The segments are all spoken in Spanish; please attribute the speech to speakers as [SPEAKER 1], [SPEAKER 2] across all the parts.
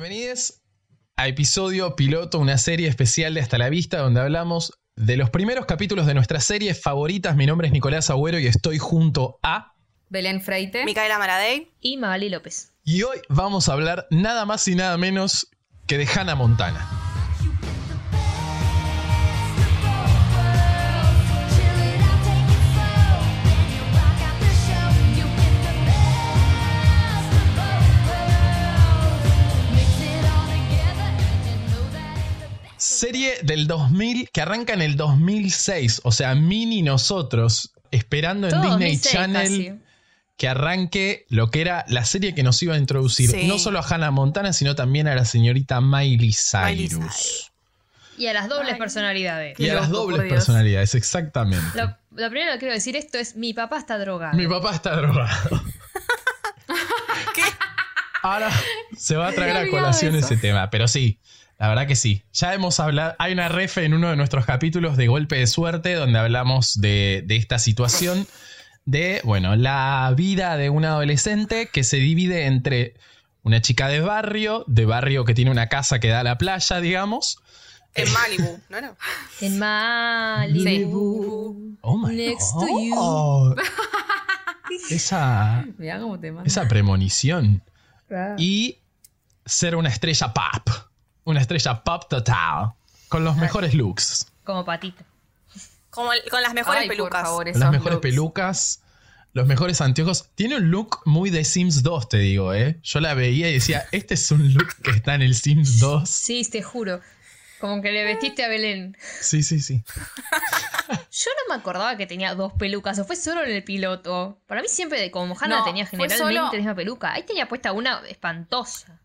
[SPEAKER 1] Bienvenidos a episodio piloto, una serie especial de Hasta la Vista, donde hablamos de los primeros capítulos de nuestras series favoritas. Mi nombre es Nicolás Agüero y estoy junto a.
[SPEAKER 2] Belén Freite
[SPEAKER 3] Micaela Maradei.
[SPEAKER 4] y Magali López.
[SPEAKER 1] Y hoy vamos a hablar nada más y nada menos que de Hannah Montana. Serie del 2000 que arranca en el 2006, o sea, mini nosotros, esperando en
[SPEAKER 4] Todo
[SPEAKER 1] Disney
[SPEAKER 4] 2006
[SPEAKER 1] Channel.
[SPEAKER 4] casi.
[SPEAKER 1] que arranque lo que era la serie que nos iba a introducir,
[SPEAKER 3] Sí.
[SPEAKER 1] no solo a Hannah Montana, sino también a la señorita Miley Cyrus.
[SPEAKER 3] Miley Cyrus.
[SPEAKER 4] Y a las dobles personalidades.
[SPEAKER 1] Y a las
[SPEAKER 3] Loco,
[SPEAKER 1] dobles
[SPEAKER 3] por Dios.
[SPEAKER 1] personalidades, exactamente.
[SPEAKER 4] Lo, lo primero que quiero decir esto es, mi papá está drogado.
[SPEAKER 1] Mi papá está drogado.
[SPEAKER 3] ¿Qué?
[SPEAKER 1] Ahora se va a traer
[SPEAKER 4] había
[SPEAKER 1] a
[SPEAKER 4] olvidado
[SPEAKER 1] colación
[SPEAKER 4] eso.
[SPEAKER 1] ese tema, pero sí, la verdad que sí. Ya hemos hablado, hay una ref en uno de nuestros capítulos de Golpe de Suerte donde hablamos de, de esta situación de, bueno, la vida de un adolescente que se divide entre una chica de barrio, de barrio que tiene una casa que da a la playa, digamos.
[SPEAKER 3] En Malibu, ¿no era?
[SPEAKER 4] En Malibu.
[SPEAKER 1] Oh my
[SPEAKER 4] Next
[SPEAKER 1] God.
[SPEAKER 4] to you.
[SPEAKER 1] Esa,
[SPEAKER 2] Mirá cómo te manda.
[SPEAKER 1] esa premonición.
[SPEAKER 4] Ah.
[SPEAKER 1] y ser una estrella pop. Una estrella pop total. Con los mejores looks.
[SPEAKER 4] Como patita.
[SPEAKER 3] Como el- con las mejores
[SPEAKER 2] Ay,
[SPEAKER 3] pelucas.
[SPEAKER 2] Por favor,
[SPEAKER 1] Con
[SPEAKER 2] esos
[SPEAKER 1] las mejores
[SPEAKER 2] looks.
[SPEAKER 1] pelucas. Los mejores anteojos. Tiene un look muy de Sims 2, te digo, ¿eh? Yo la veía y decía, este es un look que está en el Sims 2.
[SPEAKER 4] Sí, te juro. Como que le vestiste a Belén.
[SPEAKER 1] Sí, sí, sí.
[SPEAKER 4] Yo no me acordaba que tenía dos pelucas, o fue solo en el piloto. Para mí siempre, de- como Hannah
[SPEAKER 2] No,
[SPEAKER 4] tenía
[SPEAKER 2] fue
[SPEAKER 4] generalmente
[SPEAKER 2] solo-
[SPEAKER 4] la misma peluca. Ahí tenía puesta una espantosa.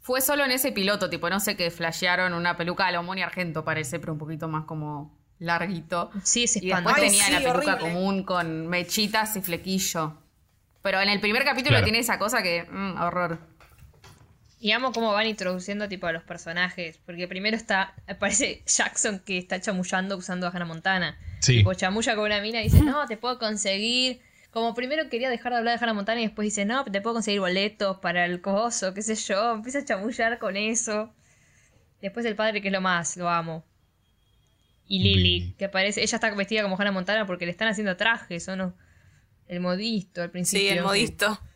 [SPEAKER 2] Fue solo en ese piloto, tipo, no sé que flashearon una peluca a la Moni Argento, parece, pero un poquito más como larguito.
[SPEAKER 4] Sí, es
[SPEAKER 2] Y después
[SPEAKER 4] espantosa.
[SPEAKER 3] Ay,
[SPEAKER 2] tenía
[SPEAKER 3] sí,
[SPEAKER 2] la peluca
[SPEAKER 3] horrible.
[SPEAKER 2] común con mechitas y flequillo. Pero en el primer capítulo
[SPEAKER 1] Claro.
[SPEAKER 2] tiene esa cosa que. mm, horror.
[SPEAKER 4] Y amo cómo van introduciendo tipo a los personajes. Porque primero está, aparece Jackson que está chamullando usando a Hannah Montana.
[SPEAKER 1] Sí.
[SPEAKER 4] Tipo, chamulla con una mina y dice, no, te puedo conseguir. Como primero quería dejar de hablar de Hannah Montana y después dice, no, te puedo conseguir boletos para el coso, qué sé yo. Empieza a chamullar con eso. Después el padre, que es lo más, lo amo. Y
[SPEAKER 1] Billy.
[SPEAKER 4] Lily, que aparece, ella está vestida como Hannah Montana porque le están haciendo trajes, ¿o no? El modisto al
[SPEAKER 3] Sí,
[SPEAKER 4] principio.
[SPEAKER 3] el modisto.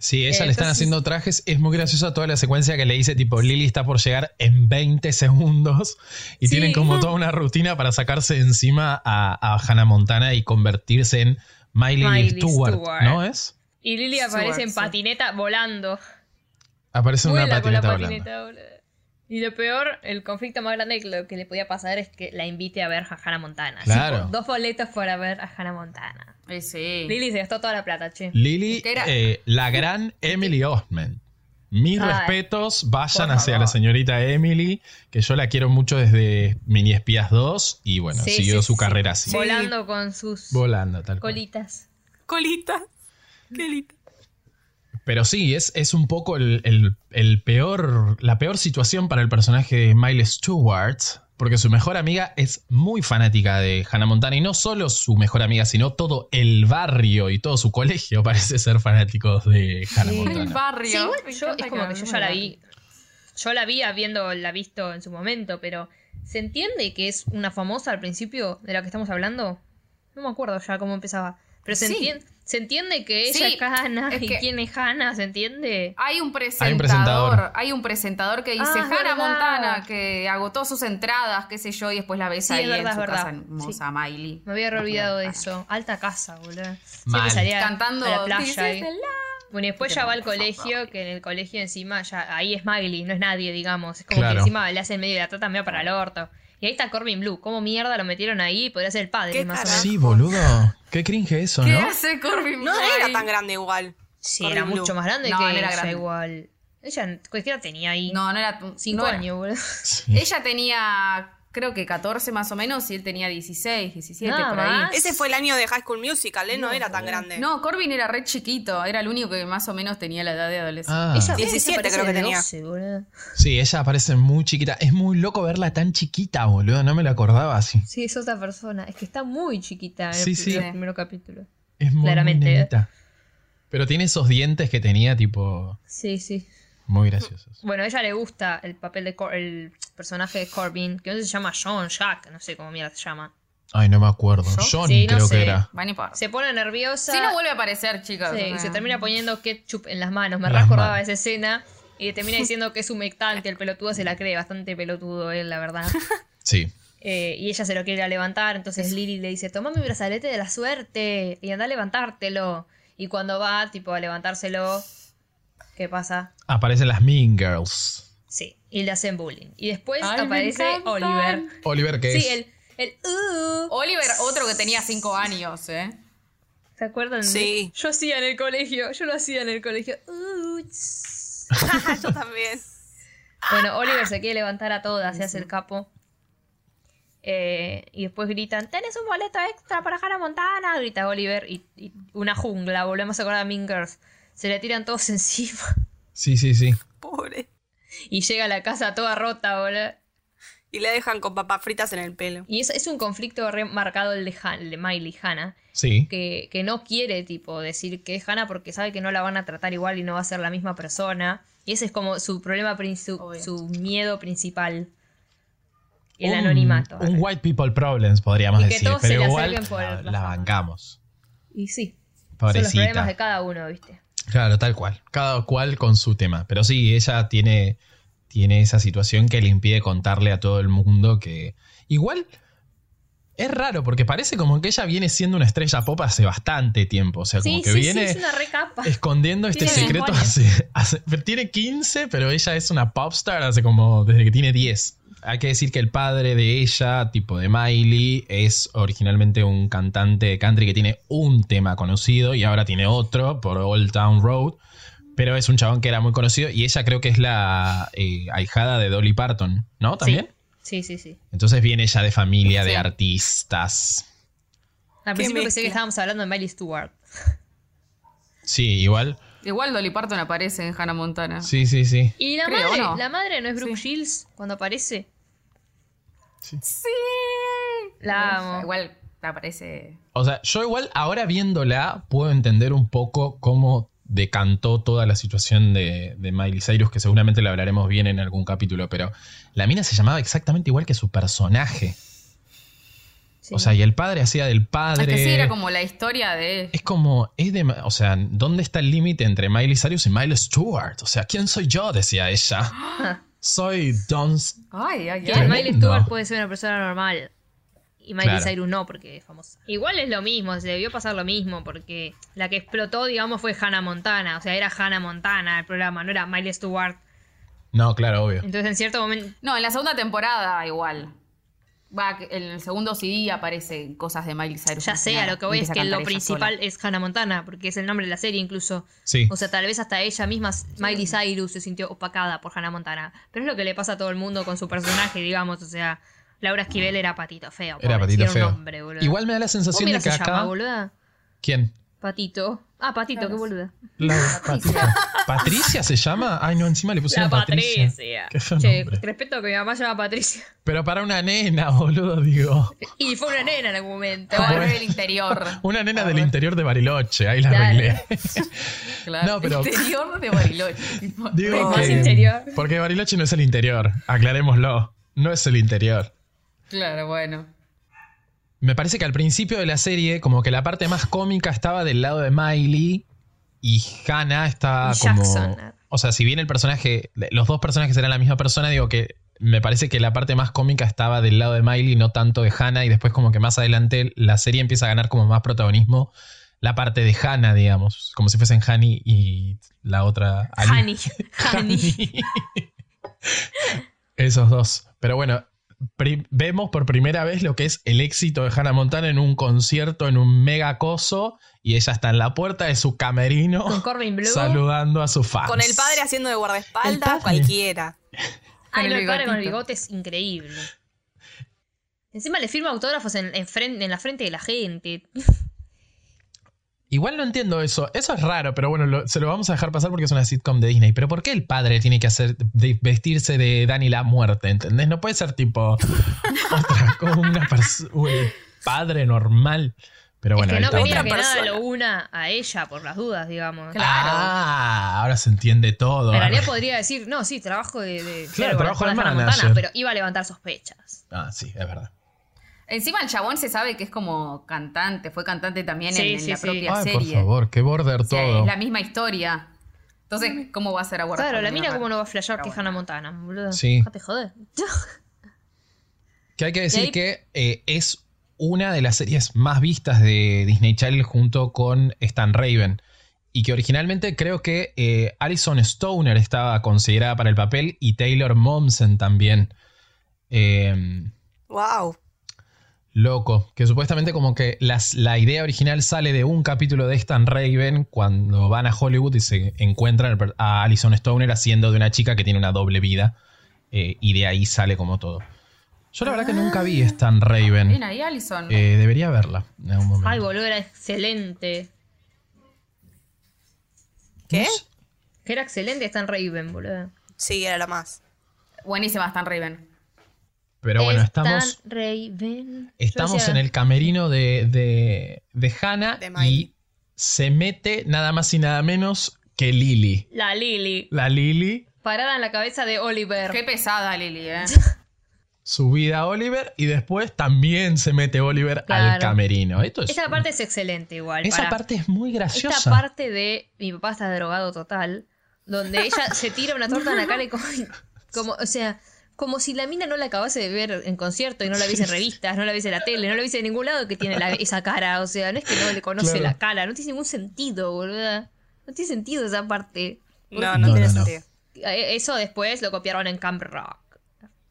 [SPEAKER 1] Sí, ella
[SPEAKER 4] Eh,
[SPEAKER 1] le están
[SPEAKER 4] entonces-
[SPEAKER 1] haciendo trajes. Es muy graciosa toda la secuencia que le dice, tipo, Lily está por llegar en 20 segundos. Y
[SPEAKER 4] Sí.
[SPEAKER 1] tienen como toda una rutina para sacarse de encima a, a Hannah Montana y convertirse en Miley,
[SPEAKER 4] Miley
[SPEAKER 1] Stewart,
[SPEAKER 4] Stewart.
[SPEAKER 1] ¿no es?
[SPEAKER 4] Y Lily aparece en
[SPEAKER 2] Suarzo.
[SPEAKER 4] patineta volando.
[SPEAKER 1] Aparece en una
[SPEAKER 4] Vuela con la
[SPEAKER 1] patineta volando.
[SPEAKER 4] patineta volando. Y lo peor, el conflicto más grande que lo que le podía pasar es que la invite a ver a Hannah Montana. Así,
[SPEAKER 1] Claro.
[SPEAKER 4] por dos boletos para ver a Hannah Montana.
[SPEAKER 2] Eh, sí.
[SPEAKER 4] Lily se gastó toda la plata, che.
[SPEAKER 1] Lily,
[SPEAKER 2] Que era-
[SPEAKER 1] eh, la gran Emily Osment. Mis
[SPEAKER 4] Ay,
[SPEAKER 1] respetos, vayan
[SPEAKER 2] por
[SPEAKER 1] hacia la
[SPEAKER 2] favor.
[SPEAKER 1] señorita Emily, que yo la quiero mucho desde Mini Espías 2 y bueno,
[SPEAKER 4] Sí,
[SPEAKER 1] siguió
[SPEAKER 4] sí,
[SPEAKER 1] su
[SPEAKER 4] sí.
[SPEAKER 1] carrera así.
[SPEAKER 3] Sí.
[SPEAKER 4] Volando con sus
[SPEAKER 1] Volando, tal cual.
[SPEAKER 4] colitas.
[SPEAKER 3] Colita. Qué linda.
[SPEAKER 1] Pero sí, es, es un poco el, el- el peor, la peor situación para el personaje de Miles Stewart, porque su mejor amiga es muy fanática de Hannah Montana, y no solo su mejor amiga, sino todo el barrio y todo su colegio parece ser fanáticos de Hannah
[SPEAKER 2] El
[SPEAKER 1] Montana.
[SPEAKER 2] barrio.
[SPEAKER 4] Sí, igual
[SPEAKER 2] Me
[SPEAKER 4] yo,
[SPEAKER 2] encanta
[SPEAKER 4] es como que yo
[SPEAKER 2] hablemos
[SPEAKER 4] ya la
[SPEAKER 2] de
[SPEAKER 4] vi. Yo la vi habiendo la visto en su momento, pero ¿se entiende que es una famosa al principio de la que estamos hablando? No me acuerdo ya cómo empezaba. Pero se,
[SPEAKER 2] Sí.
[SPEAKER 4] entiende, se entiende que
[SPEAKER 2] Sí,
[SPEAKER 4] ella es Hannah
[SPEAKER 2] es
[SPEAKER 4] y
[SPEAKER 2] que-
[SPEAKER 4] quién es Hannah, ¿se entiende?
[SPEAKER 2] Hay un presentador.
[SPEAKER 1] Hay
[SPEAKER 2] Hay
[SPEAKER 1] un
[SPEAKER 2] un
[SPEAKER 1] presentador.
[SPEAKER 2] presentador, que dice
[SPEAKER 4] Ah, es
[SPEAKER 2] Hannah
[SPEAKER 4] verdad.
[SPEAKER 2] Montana, que agotó sus entradas, qué sé yo, y después la ves
[SPEAKER 4] Sí,
[SPEAKER 2] ahí
[SPEAKER 4] es verdad,
[SPEAKER 2] en su
[SPEAKER 4] es verdad.
[SPEAKER 2] casa hermosa, Miley.
[SPEAKER 4] Me había re olvidado de
[SPEAKER 2] Ah.
[SPEAKER 4] eso. Alta casa, boludo.
[SPEAKER 1] Mal.
[SPEAKER 4] Siempre salía
[SPEAKER 2] Cantando
[SPEAKER 4] a la
[SPEAKER 2] "This is
[SPEAKER 4] playa. ahí.
[SPEAKER 2] the life".
[SPEAKER 4] Bueno, y después
[SPEAKER 2] Qué
[SPEAKER 4] ya va al
[SPEAKER 2] hermoso,
[SPEAKER 4] colegio,
[SPEAKER 2] Miley.
[SPEAKER 4] que en el colegio encima ya ahí es Miley, no es nadie, digamos. Es como
[SPEAKER 1] Claro.
[SPEAKER 4] que encima le hacen medio de la trata medio para el orto. Y ahí está Corbin Blue. ¿Cómo mierda lo metieron ahí? Podría ser el padre,
[SPEAKER 3] Qué
[SPEAKER 4] más o
[SPEAKER 3] carajo.
[SPEAKER 4] menos.
[SPEAKER 1] Sí, boludo. Qué cringe eso,
[SPEAKER 2] ¿Qué
[SPEAKER 1] ¿no?
[SPEAKER 2] hace Corbin
[SPEAKER 3] No
[SPEAKER 2] Blue
[SPEAKER 3] era
[SPEAKER 2] ahí?
[SPEAKER 3] tan grande igual.
[SPEAKER 4] Sí,
[SPEAKER 3] Corbin
[SPEAKER 4] era
[SPEAKER 3] Blue.
[SPEAKER 4] mucho más grande
[SPEAKER 2] No,
[SPEAKER 4] que
[SPEAKER 2] no era
[SPEAKER 4] ella
[SPEAKER 2] grande.
[SPEAKER 4] igual. Ella cualquiera tenía ahí.
[SPEAKER 2] No, no era.
[SPEAKER 4] Cinco
[SPEAKER 2] no era.
[SPEAKER 4] años, boludo.
[SPEAKER 1] Sí.
[SPEAKER 2] Ella tenía, creo que 14 más o menos, y él tenía 16, 17
[SPEAKER 4] Nada
[SPEAKER 2] por ahí.
[SPEAKER 4] más.
[SPEAKER 3] Ese fue el año de High School Musical, ¿eh? No, era tan grande.
[SPEAKER 2] No, Corbin era re chiquito, era el único que más o menos tenía la edad de adolescente.
[SPEAKER 1] Ah,
[SPEAKER 4] Ella
[SPEAKER 3] 17
[SPEAKER 4] parece
[SPEAKER 3] creo que
[SPEAKER 4] de
[SPEAKER 3] tenía.
[SPEAKER 4] 12, boludo.
[SPEAKER 1] sí, ella aparece muy chiquita. Es muy loco verla tan chiquita, boludo. No me la acordaba así.
[SPEAKER 4] Sí, es otra persona. Es que está muy chiquita en
[SPEAKER 1] Sí,
[SPEAKER 4] el,
[SPEAKER 1] sí.
[SPEAKER 4] en el primer capítulo.
[SPEAKER 1] Es muy, muy
[SPEAKER 4] Claramente.
[SPEAKER 1] nenita. Pero tiene esos dientes que tenía, tipo.
[SPEAKER 4] Sí, sí.
[SPEAKER 1] Muy graciosos.
[SPEAKER 4] Bueno, a ella le gusta el papel de Cor- el personaje de Corbin, que no sé si se llama John, Jack, no sé cómo mierda se llama.
[SPEAKER 1] Ay, no me acuerdo. John
[SPEAKER 4] Sí, no
[SPEAKER 1] creo que
[SPEAKER 4] sé.
[SPEAKER 1] era.
[SPEAKER 2] Van y por.
[SPEAKER 4] Ah. Se pone nerviosa.
[SPEAKER 2] Si no vuelve a aparecer, chicas.
[SPEAKER 4] Sí,
[SPEAKER 2] o sea.
[SPEAKER 4] y se termina poniendo ketchup en las manos. Me
[SPEAKER 1] Las
[SPEAKER 4] recordaba
[SPEAKER 1] manos.
[SPEAKER 4] esa escena. Y le termina diciendo que es humectante. El pelotudo se la cree bastante pelotudo él, la verdad.
[SPEAKER 1] Sí.
[SPEAKER 4] Eh, y ella se lo quiere ir a levantar. Entonces Lily le dice: Toma mi brazalete de la suerte y anda a levantártelo. Y cuando va, tipo, a levantárselo, ¿qué pasa?
[SPEAKER 1] Aparecen las Mean Girls.
[SPEAKER 4] Sí. Y le hacen bullying. Y después
[SPEAKER 2] Ay, me
[SPEAKER 4] aparece
[SPEAKER 2] encantan.
[SPEAKER 4] Oliver.
[SPEAKER 1] Oliver, que
[SPEAKER 4] Sí,
[SPEAKER 1] es.
[SPEAKER 4] el. el "Uh".
[SPEAKER 2] Oliver, otro que tenía cinco años, ¿eh?
[SPEAKER 4] ¿Se acuerdan? de-
[SPEAKER 3] Sí.
[SPEAKER 4] Yo hacía en el colegio. Yo lo hacía en el colegio. "Uh, tss".
[SPEAKER 3] Yo también.
[SPEAKER 4] Bueno, Oliver se quiere levantar a todas, se hace el capo. Eh, y después gritan, tenés un boleto extra para Hannah Montana, grita Oliver. Y, y una jungla, volvemos a acordar a Mean Girls. Se le tiran todos encima.
[SPEAKER 1] Sí, sí, sí.
[SPEAKER 3] Pobre.
[SPEAKER 4] Y llega a la casa toda rota, boludo.
[SPEAKER 3] Y le dejan con papas fritas en el pelo.
[SPEAKER 4] Y es, es un conflicto re marcado el de, Han- el de Miley y Hannah.
[SPEAKER 1] Sí.
[SPEAKER 4] que, que no quiere, tipo, decir que es Hannah porque sabe que no la van a tratar igual y no va a ser la misma persona. Y ese es como su problema, princi- su,
[SPEAKER 2] Obvio.
[SPEAKER 4] su miedo principal. El
[SPEAKER 1] Un-
[SPEAKER 4] anonimato.
[SPEAKER 1] Un white people problems, podríamos
[SPEAKER 4] Y que
[SPEAKER 1] decir.
[SPEAKER 4] todos se
[SPEAKER 1] pero
[SPEAKER 4] le
[SPEAKER 1] igual
[SPEAKER 4] acerquen por
[SPEAKER 1] la,
[SPEAKER 4] el-
[SPEAKER 1] la bancamos.
[SPEAKER 4] Y sí, son los problemas de
[SPEAKER 1] Pobrecita.
[SPEAKER 4] cada uno, ¿viste?
[SPEAKER 1] Claro, tal cual. Cada cual con su tema. Pero sí, ella tiene, tiene esa situación que le impide contarle a todo el mundo que. Igual. Es raro, porque parece como que ella viene siendo una estrella pop hace bastante tiempo. O sea, como
[SPEAKER 4] Sí,
[SPEAKER 1] que
[SPEAKER 4] sí,
[SPEAKER 1] viene.
[SPEAKER 4] sí, es una recapa.
[SPEAKER 1] escondiendo este
[SPEAKER 4] Tiene
[SPEAKER 1] secreto
[SPEAKER 4] memoria.
[SPEAKER 1] hace, hace- pero Tiene 15, pero ella es una popstar hace como desde que tiene 10. Hay que decir que el padre de ella, tipo de Miley, es originalmente un cantante de country que tiene un tema conocido y ahora tiene otro por Old Town Road. Pero es un chabón que era muy conocido y ella creo que es la eh, ahijada de Dolly Parton, ¿no? También.
[SPEAKER 4] Sí, sí, sí.
[SPEAKER 1] Entonces viene ella de familia de
[SPEAKER 2] Sí.
[SPEAKER 1] artistas.
[SPEAKER 4] Al
[SPEAKER 3] Qué
[SPEAKER 4] principio pensé
[SPEAKER 3] mezcla.
[SPEAKER 4] que estábamos hablando de Miley Stewart.
[SPEAKER 1] Sí, igual.
[SPEAKER 2] Igual Dolly Parton aparece en Hannah Montana.
[SPEAKER 1] Sí, sí, sí.
[SPEAKER 4] Y la
[SPEAKER 2] Creo,
[SPEAKER 4] madre,
[SPEAKER 2] ¿no?
[SPEAKER 4] la madre no es Brooke Shields cuando aparece.
[SPEAKER 2] Sí.
[SPEAKER 4] La amo.
[SPEAKER 2] Igual aparece.
[SPEAKER 1] O sea, yo igual ahora viéndola puedo entender un poco cómo decantó toda la situación de, de Miley Cyrus, que seguramente la hablaremos bien en algún capítulo, pero la mina se llamaba exactamente igual que su personaje.
[SPEAKER 4] Sí.
[SPEAKER 1] O sea, y el padre hacía del
[SPEAKER 2] Es
[SPEAKER 1] padre.
[SPEAKER 2] que sí, era como la historia de.
[SPEAKER 1] Es como, es de, o sea, ¿dónde está el límite entre Miley Cyrus y Miley Stewart? O sea, ¿quién soy yo? Decía ella. Soy Don... S-
[SPEAKER 2] Ay, ay,
[SPEAKER 4] Que
[SPEAKER 2] ay.
[SPEAKER 1] Tremendo.
[SPEAKER 4] Miley Stewart puede ser una persona normal. Y Miley
[SPEAKER 1] Claro.
[SPEAKER 4] Cyrus no, porque es famosa. Igual es lo mismo, se debió pasar lo mismo, porque la que explotó, digamos, fue Hannah Montana. O sea, era Hannah Montana el programa, no era Miley Stewart.
[SPEAKER 1] No, claro, obvio.
[SPEAKER 4] Entonces, en cierto momento.
[SPEAKER 2] No, en la segunda temporada igual. Va, que en el segundo CD aparecen cosas de Miley Cyrus.
[SPEAKER 4] Ya sé, a lo que voy es
[SPEAKER 2] Empieza a
[SPEAKER 4] que lo
[SPEAKER 2] cantar ella
[SPEAKER 4] principal
[SPEAKER 2] sola.
[SPEAKER 4] es Hannah Montana, porque es el nombre de la serie incluso.
[SPEAKER 1] Sí.
[SPEAKER 4] O sea, tal vez hasta ella misma, Miley Cyrus, se sintió opacada por Hannah Montana. Pero es lo que le pasa a todo el mundo con su personaje, digamos. O sea, Laura Esquivel era patito feo.
[SPEAKER 1] Era
[SPEAKER 4] pobre,
[SPEAKER 1] patito
[SPEAKER 4] un
[SPEAKER 1] feo.
[SPEAKER 4] hombre, boluda.
[SPEAKER 1] Igual me da la
[SPEAKER 4] ¿Vos
[SPEAKER 1] sensación de
[SPEAKER 4] mirá
[SPEAKER 1] que
[SPEAKER 4] se llama,
[SPEAKER 1] acá...
[SPEAKER 4] boluda?
[SPEAKER 1] ¿Quién?
[SPEAKER 4] Patito. Ah, Patito, qué boluda.
[SPEAKER 1] La Patricia. ¿Patricia se llama? Ay, no, encima le pusieron Patricia. Qué feo
[SPEAKER 4] Che,
[SPEAKER 1] nombre.
[SPEAKER 4] respeto que mi mamá se llama Patricia.
[SPEAKER 1] Pero para una nena, boludo, digo.
[SPEAKER 4] Y fue una nena en algún momento.
[SPEAKER 1] Ah,
[SPEAKER 2] Te va a ver del interior.
[SPEAKER 1] Una nena del interior de Bariloche, ahí la
[SPEAKER 4] Claro.
[SPEAKER 1] arreglé.
[SPEAKER 2] Claro.
[SPEAKER 1] No, pero-
[SPEAKER 2] Interior de Bariloche. tipo.
[SPEAKER 1] Digo
[SPEAKER 4] Más
[SPEAKER 1] que-
[SPEAKER 4] interior.
[SPEAKER 1] Porque Bariloche no es el interior, aclarémoslo. No es el interior.
[SPEAKER 2] Claro, bueno.
[SPEAKER 1] Me parece que al principio de la serie, como que la parte más cómica estaba del lado de Miley y Hannah estaba
[SPEAKER 4] Y
[SPEAKER 1] como.
[SPEAKER 4] Jackson.
[SPEAKER 1] O sea, si bien el personaje, los dos personajes eran la misma persona, digo que me parece que la parte más cómica estaba del lado de Miley, no tanto de Hannah, y después como que más adelante la serie empieza a ganar como más protagonismo la parte de Hannah, digamos, como si fuesen Hani y la otra... Ali.
[SPEAKER 4] Hani. Hani.
[SPEAKER 1] Hani. Esos dos. Pero bueno, pri- vemos por primera vez lo que es el éxito de Hannah Montana en un concierto, en un mega acoso, y ella está en la puerta de su camerino
[SPEAKER 4] Con Corbin Blue.
[SPEAKER 1] saludando a sus fans.
[SPEAKER 3] Con el padre haciendo de
[SPEAKER 1] El padre.
[SPEAKER 3] guardaespaldas, cualquiera.
[SPEAKER 4] Ay,
[SPEAKER 2] Con
[SPEAKER 4] no,
[SPEAKER 2] el
[SPEAKER 4] el padre con el
[SPEAKER 2] bigotito.
[SPEAKER 4] bigote es increíble. Encima le firma autógrafos en, en fren- en la frente de la gente.
[SPEAKER 1] Igual no entiendo eso. Eso es raro, pero bueno, lo- se lo vamos a dejar pasar porque es una sitcom de Disney. Pero ¿por qué el padre tiene que hacer de- vestirse de Dani la muerte? ¿Entendés? No puede ser tipo otra, como una persona, padre normal. Pero bueno,
[SPEAKER 4] es que
[SPEAKER 1] ahí
[SPEAKER 4] no
[SPEAKER 1] está
[SPEAKER 4] quería
[SPEAKER 1] otra
[SPEAKER 4] que
[SPEAKER 3] persona.
[SPEAKER 4] nada lo una a ella por las dudas, digamos.
[SPEAKER 2] Claro.
[SPEAKER 1] Ah, ahora se entiende todo. Ah,
[SPEAKER 4] En realidad podría decir, no, sí, trabajo de. de-
[SPEAKER 1] Claro,
[SPEAKER 4] con
[SPEAKER 1] trabajo
[SPEAKER 4] las
[SPEAKER 1] de
[SPEAKER 4] Hannah
[SPEAKER 1] manager.
[SPEAKER 4] pero iba a levantar sospechas.
[SPEAKER 1] Ah, sí, es verdad.
[SPEAKER 2] Encima el chabón se sabe que es como cantante, fue cantante también
[SPEAKER 4] Sí,
[SPEAKER 2] en, en
[SPEAKER 4] sí,
[SPEAKER 2] la
[SPEAKER 4] sí.
[SPEAKER 2] propia
[SPEAKER 1] Ay, por
[SPEAKER 2] serie.
[SPEAKER 1] favor, qué border
[SPEAKER 2] O sea,
[SPEAKER 1] todo.
[SPEAKER 2] es la misma historia. Entonces, ¿cómo va a ser
[SPEAKER 4] Mm.
[SPEAKER 2] aguardar?
[SPEAKER 4] Claro, la mina como no va a flashear
[SPEAKER 2] Pero
[SPEAKER 4] que es
[SPEAKER 2] bueno.
[SPEAKER 4] Hannah Montana, boludo.
[SPEAKER 1] Sí.
[SPEAKER 4] Déjate joder.
[SPEAKER 1] Que hay que decir
[SPEAKER 4] ahí-
[SPEAKER 1] que eh, es una de las series más vistas de Disney Channel junto con Stan Raven. Y que originalmente creo que eh, Alison Stoner estaba considerada para el papel y Taylor Momsen también. Eh,
[SPEAKER 3] Wow.
[SPEAKER 1] loco, que supuestamente como que las- la idea original sale de un capítulo de Stan Raven cuando van a Hollywood y se encuentran al per- a Alison Stoner haciendo de una chica que tiene una doble vida. eh, y de ahí sale como todo. Yo la verdad que nunca vi Stan Raven.
[SPEAKER 2] Bien ahí, Allison.
[SPEAKER 1] Eh, debería verla en algún momento.
[SPEAKER 4] Ay, boludo, era excelente.
[SPEAKER 3] ¿Qué?
[SPEAKER 4] Que era excelente Stan Raven, boludo.
[SPEAKER 3] Sí, era la más.
[SPEAKER 2] Buenísima, Stan Raven.
[SPEAKER 1] Pero bueno,
[SPEAKER 4] Stan
[SPEAKER 1] estamos,
[SPEAKER 4] Raven. Yo
[SPEAKER 1] estamos
[SPEAKER 4] decía,
[SPEAKER 1] en el camerino de, de, de Hannah
[SPEAKER 3] De
[SPEAKER 1] y
[SPEAKER 3] Miley.
[SPEAKER 1] se mete nada más y nada menos que Lily.
[SPEAKER 4] La Lily.
[SPEAKER 1] La Lily,
[SPEAKER 4] Parada en la cabeza de Oliver.
[SPEAKER 2] Qué pesada, Lily, ¿eh?
[SPEAKER 1] subida a Oliver y después también se mete Oliver al
[SPEAKER 4] Claro.
[SPEAKER 1] camerino. Esto es,
[SPEAKER 4] Esa parte es excelente igual.
[SPEAKER 1] esa
[SPEAKER 4] pará.
[SPEAKER 1] parte es muy graciosa.
[SPEAKER 4] Esta parte de mi papá está drogado total, donde ella se tira una torta en la cara y como, como- o sea, como si la mina no la acabase de ver en concierto y no la viese en revistas, no la viese en la tele, no la viese en ningún lado que tiene la- esa cara, o sea, no es que no le conoce
[SPEAKER 1] Claro.
[SPEAKER 4] la cara, no tiene ningún sentido, boluda. No tiene sentido esa parte.
[SPEAKER 1] No,
[SPEAKER 3] No, no, tiene
[SPEAKER 1] no, no.
[SPEAKER 3] sentido.
[SPEAKER 4] Eh, Eso después lo copiaron en Camp Rock.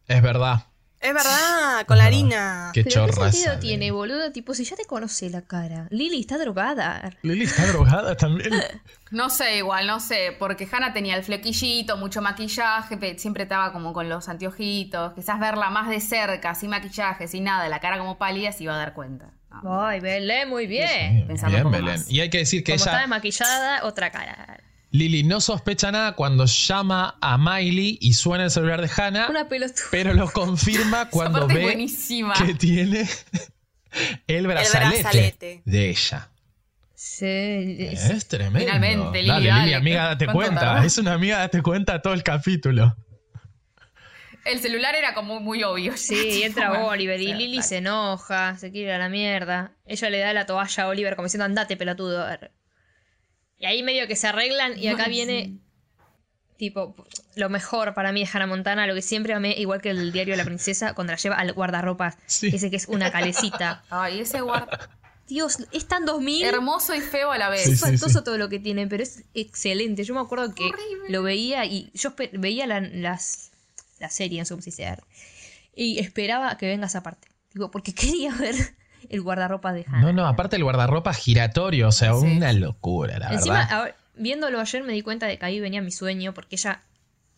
[SPEAKER 1] Es verdad.
[SPEAKER 3] Es verdad, con la
[SPEAKER 1] Ah,
[SPEAKER 3] harina.
[SPEAKER 1] Qué
[SPEAKER 4] Pero ¿qué
[SPEAKER 1] chorra esa
[SPEAKER 4] sentido
[SPEAKER 1] de-
[SPEAKER 4] tiene, boludo? Tipo, si ya te conoce la cara. Lily está drogada.
[SPEAKER 1] Lily está drogada también.
[SPEAKER 2] No sé, igual, no sé, porque Hannah tenía el flequillito, mucho maquillaje, pe- siempre estaba como con los anteojitos, quizás verla más de cerca, sin maquillaje, sin nada, la cara como pálida, se iba a dar cuenta. Ah.
[SPEAKER 4] Ay, Belén, muy bien.
[SPEAKER 1] Bien,
[SPEAKER 2] pensarlo un poco
[SPEAKER 1] Belén.
[SPEAKER 2] más.
[SPEAKER 1] Y hay que decir que
[SPEAKER 4] Como
[SPEAKER 1] ella...
[SPEAKER 4] está desmaquillada, otra cara.
[SPEAKER 1] Lily no sospecha nada cuando llama a Miley y suena el celular de Hannah,
[SPEAKER 4] Una pelotuda.
[SPEAKER 1] pero lo confirma cuando
[SPEAKER 2] Aparte es
[SPEAKER 1] ve
[SPEAKER 2] buenísima.
[SPEAKER 1] que tiene el brazalete,
[SPEAKER 3] brazalete.
[SPEAKER 1] de ella.
[SPEAKER 4] Sí, es-
[SPEAKER 1] Es tremendo.
[SPEAKER 2] Finalmente, Lily,
[SPEAKER 1] dale, Lily,
[SPEAKER 2] dale.
[SPEAKER 1] amiga, date
[SPEAKER 2] ¿Cuánto
[SPEAKER 1] cuenta.
[SPEAKER 2] tardó?
[SPEAKER 1] Es una amiga, date cuenta todo el capítulo.
[SPEAKER 2] El celular era como muy obvio.
[SPEAKER 4] sí, y entra
[SPEAKER 2] Bueno,
[SPEAKER 4] Oliver y
[SPEAKER 2] o sea,
[SPEAKER 4] Lily
[SPEAKER 2] dale.
[SPEAKER 4] se enoja, se quiere ir a la mierda. Ella le da la toalla a Oliver como diciendo andate pelotudo. Y ahí medio que se arreglan y acá
[SPEAKER 2] Ay,
[SPEAKER 4] viene tipo lo mejor para mí de Hannah Montana, lo que siempre amé, igual que el diario de la princesa, cuando la lleva al guardarropas.
[SPEAKER 1] Sí.
[SPEAKER 4] Dice que es una calecita.
[SPEAKER 2] Ay, ese guard...
[SPEAKER 4] Dios, es tan 2000.
[SPEAKER 2] hermoso y feo a la vez.
[SPEAKER 1] Sí,
[SPEAKER 4] Es
[SPEAKER 1] sí.
[SPEAKER 4] espantoso todo lo que tienen, pero es excelente. Yo me acuerdo que
[SPEAKER 2] Horrible.
[SPEAKER 4] lo veía y yo espe- veía la, las, la serie en subsidiar y esperaba que venga esa parte. Digo, porque quería ver el guardarropa de Hannah.
[SPEAKER 1] No, no, aparte el guardarropa giratorio, o sea,
[SPEAKER 2] Sí.
[SPEAKER 1] una locura, la
[SPEAKER 4] Encima, ah,
[SPEAKER 1] verdad.
[SPEAKER 4] ahora- viéndolo ayer me di cuenta de que ahí venía mi sueño, porque ella,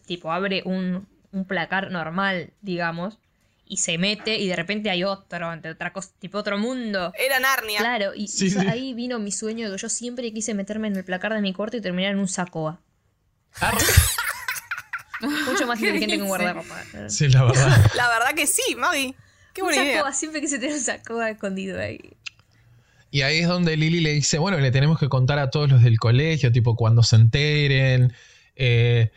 [SPEAKER 4] tipo, abre un, un placar normal, digamos, y se mete y de repente hay otro, ante otra cosa, tipo otro mundo.
[SPEAKER 3] Era Narnia.
[SPEAKER 4] Claro, y
[SPEAKER 1] Sí,
[SPEAKER 4] yo-
[SPEAKER 1] sí.
[SPEAKER 4] ahí vino mi sueño de que yo siempre quise meterme en el placar de mi cuarto y terminar en un sacoa.
[SPEAKER 1] Arre.
[SPEAKER 4] Mucho más
[SPEAKER 2] ¿Qué
[SPEAKER 4] inteligente que un
[SPEAKER 2] dice?
[SPEAKER 4] guardarropa.
[SPEAKER 1] Sí, la verdad.
[SPEAKER 3] La verdad que sí, Mavi. Qué
[SPEAKER 4] un
[SPEAKER 3] buena idea.
[SPEAKER 4] sacoa, siempre quise tener un sacoa escondido ahí.
[SPEAKER 1] Y ahí es donde Lily le dice, bueno, le tenemos que contar a todos los del colegio, tipo cuando se enteren. eh,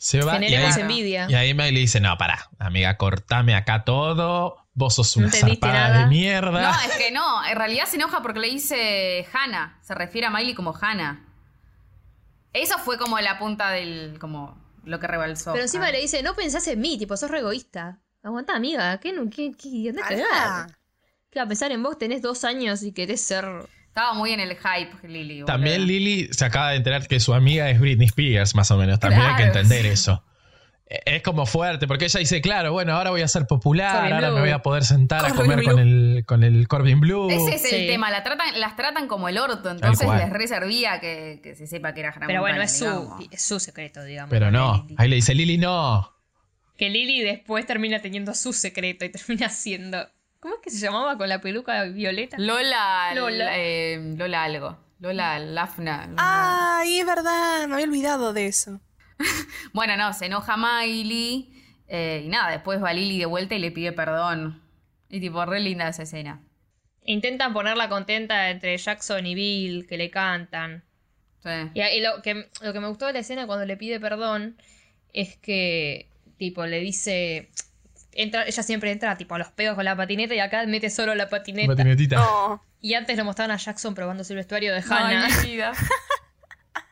[SPEAKER 1] se va y
[SPEAKER 4] Generemos
[SPEAKER 1] ahí,
[SPEAKER 2] ahí-
[SPEAKER 4] envidia.
[SPEAKER 1] Y ahí Miley dice, no, pará, amiga, cortame acá todo. Vos sos
[SPEAKER 4] No
[SPEAKER 1] una
[SPEAKER 4] entendiste
[SPEAKER 1] zarpada
[SPEAKER 4] nada.
[SPEAKER 1] de mierda.
[SPEAKER 2] No, es que no, en realidad se enoja porque le dice Hannah, se refiere a Miley como Hannah. Eso fue como la punta del, como lo que rebalsó.
[SPEAKER 4] Pero encima
[SPEAKER 2] Ah.
[SPEAKER 4] le dice, no pensás en mí, tipo, sos re egoísta. Aguantá, amiga, ¿qué? no- ¿Qué? ¿Qué? andá a
[SPEAKER 3] Pará.
[SPEAKER 4] cagar. ¿Qué va a pensar en vos? Tenés dos años y querés ser...
[SPEAKER 2] Estaba muy en el hype, Lily. boluda.
[SPEAKER 1] También Lily se acaba de enterar que su amiga es Britney Spears, más o menos. También hay que
[SPEAKER 2] Claro.
[SPEAKER 1] entender eso. E- Es como fuerte, porque ella dice, claro, bueno, ahora voy a ser popular,
[SPEAKER 4] Corbin
[SPEAKER 1] ahora me
[SPEAKER 4] Blue.
[SPEAKER 1] voy a poder sentar a
[SPEAKER 3] Corbin
[SPEAKER 1] comer
[SPEAKER 3] Blue.
[SPEAKER 1] con el, con el Corbin Blue.
[SPEAKER 2] Ese es el
[SPEAKER 4] Sí.
[SPEAKER 2] tema, la tratan, las tratan como el orto, entonces
[SPEAKER 1] cual.
[SPEAKER 2] les reservía que, que se sepa que era Hannah
[SPEAKER 4] Pero bueno,
[SPEAKER 2] Montana,
[SPEAKER 4] es su,
[SPEAKER 2] digamos.
[SPEAKER 4] es su secreto, digamos.
[SPEAKER 1] Pero no,
[SPEAKER 4] Lily.
[SPEAKER 1] ahí le dice, Lily, no.
[SPEAKER 4] Que Lily después termina teniendo su secreto y termina siendo... ¿Cómo es que se llamaba con la peluca violeta?
[SPEAKER 2] Lola,
[SPEAKER 4] Lola.
[SPEAKER 2] Lola. Lola algo. Lola Lafna. Lola-
[SPEAKER 4] Ah.
[SPEAKER 3] Ay, es verdad. Me había olvidado de eso.
[SPEAKER 2] Bueno, no, se enoja Miley. eh, y nada, después va Lily de vuelta y le pide perdón. Y tipo, re linda esa escena.
[SPEAKER 4] Intentan ponerla contenta entre Jackson y Bill, que le cantan.
[SPEAKER 2] Sí.
[SPEAKER 4] Y, y lo, que, lo que me gustó de la escena cuando le pide perdón es que, tipo, le dice. Entra, ella siempre entra, tipo, a los pedos con la patineta y acá mete solo la patineta.
[SPEAKER 1] Patinetita.
[SPEAKER 3] No.
[SPEAKER 4] Y antes lo mostraban a Jackson probándose el vestuario de Hannah.
[SPEAKER 2] Ay, mi vida.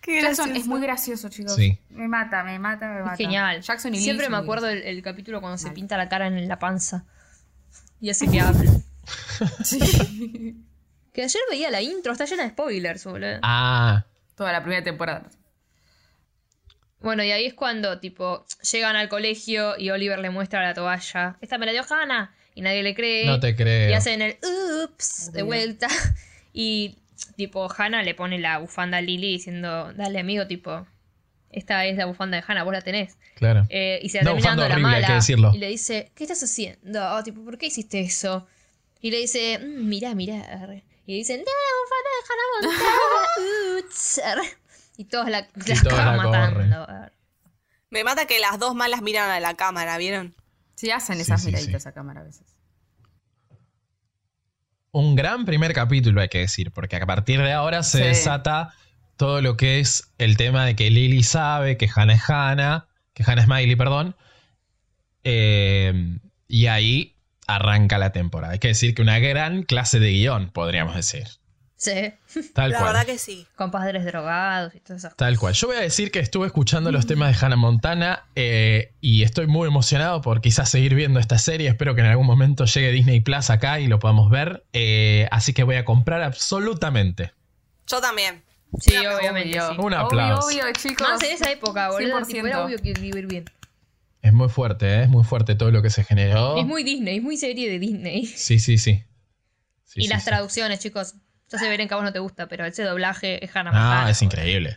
[SPEAKER 3] Qué
[SPEAKER 2] Jackson
[SPEAKER 3] gracioso.
[SPEAKER 2] es muy gracioso, chicos.
[SPEAKER 1] Sí.
[SPEAKER 2] Me mata, me mata, me mata.
[SPEAKER 4] Es genial.
[SPEAKER 2] Jackson y Lily
[SPEAKER 4] Siempre
[SPEAKER 2] son
[SPEAKER 4] me
[SPEAKER 2] muy
[SPEAKER 4] acuerdo el, el capítulo cuando se
[SPEAKER 2] Mal.
[SPEAKER 4] pinta la cara en la panza. Y hace que hable.
[SPEAKER 2] Sí.
[SPEAKER 4] Que ayer veía la intro, está llena de spoilers, boludo.
[SPEAKER 1] Ah,
[SPEAKER 2] Toda la primera temporada.
[SPEAKER 4] Bueno, y ahí es cuando, tipo, llegan al colegio y Oliver le muestra la toalla. Esta me la dio Hannah. Y nadie le cree.
[SPEAKER 1] no te creo.
[SPEAKER 4] Eh, Y hacen el ups de vuelta. Y, tipo, Hannah le pone la bufanda a Lily diciendo, dale, amigo, tipo, esta es la bufanda de Hannah, vos la tenés.
[SPEAKER 1] Claro.
[SPEAKER 4] Eh, y se
[SPEAKER 1] Una
[SPEAKER 4] la termina
[SPEAKER 1] bufanda
[SPEAKER 4] dando la
[SPEAKER 1] horrible, hay
[SPEAKER 4] mala.
[SPEAKER 1] que decirlo.
[SPEAKER 4] Y le dice, ¿qué estás haciendo? Oh, tipo, ¿por qué hiciste eso? Y le dice, "Mm, mirá, mirá. arre". Y le dicen, no, la bufanda de Hannah Montana. uts, arre". Y todos la, la
[SPEAKER 1] todos
[SPEAKER 4] acaban
[SPEAKER 1] la
[SPEAKER 4] matando. arre.
[SPEAKER 3] Me mata que las dos malas miran a la cámara, ¿vieron?
[SPEAKER 2] Sí, hacen
[SPEAKER 1] Sí,
[SPEAKER 2] esas
[SPEAKER 1] sí,
[SPEAKER 2] miraditas a cámara a veces.
[SPEAKER 1] Un gran primer capítulo, hay que decir, porque a partir de ahora se
[SPEAKER 2] Sí.
[SPEAKER 1] desata todo lo que es el tema de que Lily sabe que Hannah es Hannah, que Hannah es Miley, perdón. Eh, y ahí arranca la temporada. Hay que decir que una gran clase de guión, podríamos decir.
[SPEAKER 4] Sí,
[SPEAKER 1] Tal
[SPEAKER 3] la
[SPEAKER 1] cual.
[SPEAKER 3] verdad que sí.
[SPEAKER 4] con padres drogados y todo eso.
[SPEAKER 1] Tal cual. Yo voy a decir que estuve escuchando
[SPEAKER 3] Mm.
[SPEAKER 1] los temas de Hannah Montana eh, y estoy muy emocionado por quizás seguir viendo esta serie. Espero que en algún momento llegue Disney Plus acá y lo podamos ver. Eh, así que voy a comprar absolutamente.
[SPEAKER 3] Yo también.
[SPEAKER 4] Sí, obviamente.
[SPEAKER 2] Obvio.
[SPEAKER 4] sí.
[SPEAKER 1] Un
[SPEAKER 2] Obvio,
[SPEAKER 1] aplauso.
[SPEAKER 2] obvio, chicos.
[SPEAKER 4] Más en esa época, boludo. tipo,
[SPEAKER 2] 100%.
[SPEAKER 4] era obvio que iba a ir bien.
[SPEAKER 1] Es muy fuerte, ¿eh? es muy fuerte todo lo que se generó.
[SPEAKER 4] Es muy Disney, es muy serie de Disney.
[SPEAKER 1] Sí, sí, sí. Sí,
[SPEAKER 4] y
[SPEAKER 1] sí,
[SPEAKER 4] las
[SPEAKER 1] sí.
[SPEAKER 4] traducciones, chicos. Yo sé, Beren, que a vos no te gusta, pero ese doblaje es Hannah
[SPEAKER 1] Ah,
[SPEAKER 4] Montana,
[SPEAKER 1] es
[SPEAKER 4] boludo.
[SPEAKER 1] increíble.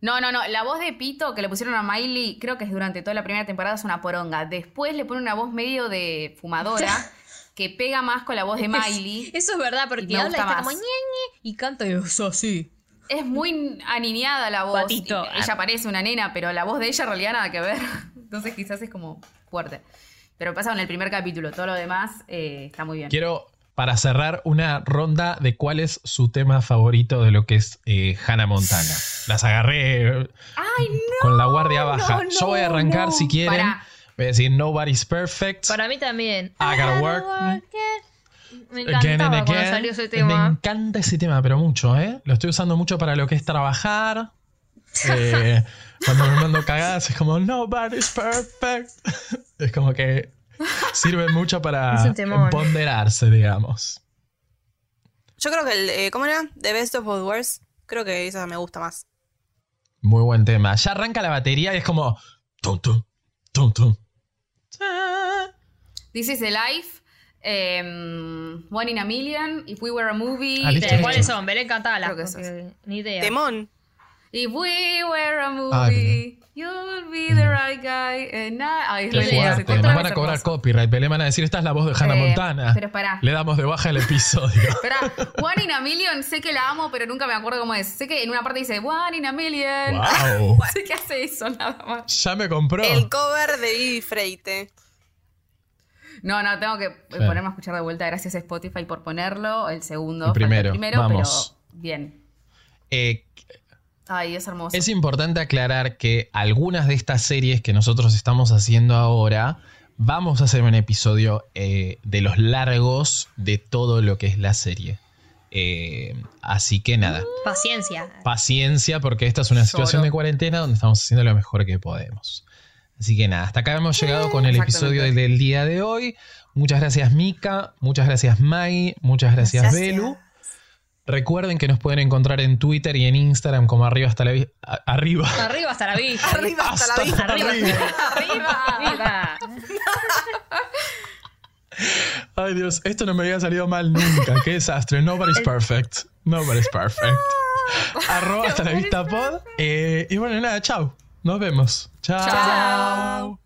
[SPEAKER 2] No, no, no. La voz de Pito que le pusieron a Miley, creo que es durante toda la primera temporada, es una poronga. Después le ponen una voz medio de fumadora que pega más con la voz de Miley.
[SPEAKER 4] Eso es verdad, porque
[SPEAKER 2] Y me
[SPEAKER 4] habla y
[SPEAKER 2] gusta
[SPEAKER 4] está
[SPEAKER 2] más.
[SPEAKER 4] como ñe, ñe, y canta y es así.
[SPEAKER 2] Es muy aniñada la voz.
[SPEAKER 4] Patito.
[SPEAKER 2] Y Ella parece una nena, pero la voz de ella en realidad nada que ver. Entonces quizás es como fuerte. Pero pasa en el primer capítulo. Todo lo demás eh, está muy bien.
[SPEAKER 1] Quiero, para cerrar, una ronda de cuál es su tema favorito de lo que es eh, Hannah Montana. Las agarré eh,
[SPEAKER 2] ¡Ay, no!
[SPEAKER 1] con la guardia baja.
[SPEAKER 2] no,
[SPEAKER 1] Yo voy a arrancar
[SPEAKER 2] no.
[SPEAKER 1] si quieren.
[SPEAKER 2] Pará.
[SPEAKER 1] Voy a decir Nobody's Perfect.
[SPEAKER 4] Para mí también.
[SPEAKER 1] I gotta
[SPEAKER 4] I
[SPEAKER 1] work.
[SPEAKER 4] it. Me encantaba
[SPEAKER 1] Again and
[SPEAKER 4] cuando
[SPEAKER 1] again.
[SPEAKER 4] salió ese
[SPEAKER 1] Me
[SPEAKER 4] tema.
[SPEAKER 1] encanta ese tema, pero mucho, ¿eh? Lo estoy usando mucho para lo que es trabajar. Eh, cuando me mando cagadas es como Nobody's Perfect. Es como que sirve mucho
[SPEAKER 4] Es
[SPEAKER 1] para
[SPEAKER 4] un temón.
[SPEAKER 1] ponderarse, digamos.
[SPEAKER 3] Yo creo que el. eh, ¿Cómo era? The Best of Both Worlds. Creo que esa me gusta más.
[SPEAKER 1] Muy buen tema. Ya arranca la batería y es como. Tum, tum, tum, tum.
[SPEAKER 2] This is the Life, eh, One in a Million, If We Were a Movie. eh,
[SPEAKER 1] Ah, listo,
[SPEAKER 4] Pero,
[SPEAKER 1] listo.
[SPEAKER 4] ¿Cuáles son? Belén cantaba las
[SPEAKER 2] Creo que esos.
[SPEAKER 4] Ni idea.
[SPEAKER 3] Temón.
[SPEAKER 2] If We Were a
[SPEAKER 1] Ah,
[SPEAKER 2] Movie, You'll be the right guy. and I- Ay, es
[SPEAKER 1] Qué
[SPEAKER 2] re lindo ese
[SPEAKER 1] fuerte.
[SPEAKER 2] tema,
[SPEAKER 1] Nos
[SPEAKER 2] es
[SPEAKER 1] van a cobrar
[SPEAKER 2] hermoso.
[SPEAKER 1] copyright. Belén van a decir: Esta es la voz de Hannah
[SPEAKER 2] Eh,
[SPEAKER 1] Montana.
[SPEAKER 2] Pero pará.
[SPEAKER 1] Le damos de baja el episodio.
[SPEAKER 2] Espera, One in a Million, sé que la amo, pero nunca me acuerdo cómo es. Sé que en una parte dice One in a Million.
[SPEAKER 1] ¡Wow!
[SPEAKER 2] sé que hace eso, nada más.
[SPEAKER 1] Ya me compró.
[SPEAKER 3] El cover de Vivi Freite.
[SPEAKER 2] No, no, tengo que eh,
[SPEAKER 1] Claro.
[SPEAKER 2] ponerme a escuchar de vuelta. Gracias a Spotify por ponerlo. El segundo.
[SPEAKER 1] El
[SPEAKER 2] falta
[SPEAKER 1] primero, vamos.
[SPEAKER 2] Pero bien.
[SPEAKER 1] Eh,
[SPEAKER 2] Ay, es hermoso.
[SPEAKER 1] es importante aclarar que algunas de estas series que nosotros estamos haciendo ahora, vamos a hacer un episodio eh, de los largos de todo lo que es la serie. Eh, así que nada,
[SPEAKER 4] Paciencia.
[SPEAKER 1] paciencia porque esta es una situación
[SPEAKER 2] Lloro.
[SPEAKER 1] de cuarentena donde estamos haciendo lo mejor que podemos. Así que nada, hasta acá hemos llegado con el episodio del,
[SPEAKER 2] Exactamente.
[SPEAKER 1] día de hoy. Muchas gracias Mika, muchas gracias Mai, muchas gracias, Belu. Recuerden que nos pueden encontrar en Twitter y en Instagram como arriba hasta la vi- a- arriba.
[SPEAKER 4] Arriba hasta la vista.
[SPEAKER 3] Arriba hasta la vida.
[SPEAKER 4] Arriba hasta la vista. Arriba.
[SPEAKER 1] Ay Dios, esto no me había salido mal nunca. Qué desastre. Nobody's perfect. Nobody's perfect. Arroba hasta la vista pod. Eh, y bueno, nada, chao. Nos vemos. Chao.
[SPEAKER 2] Chao.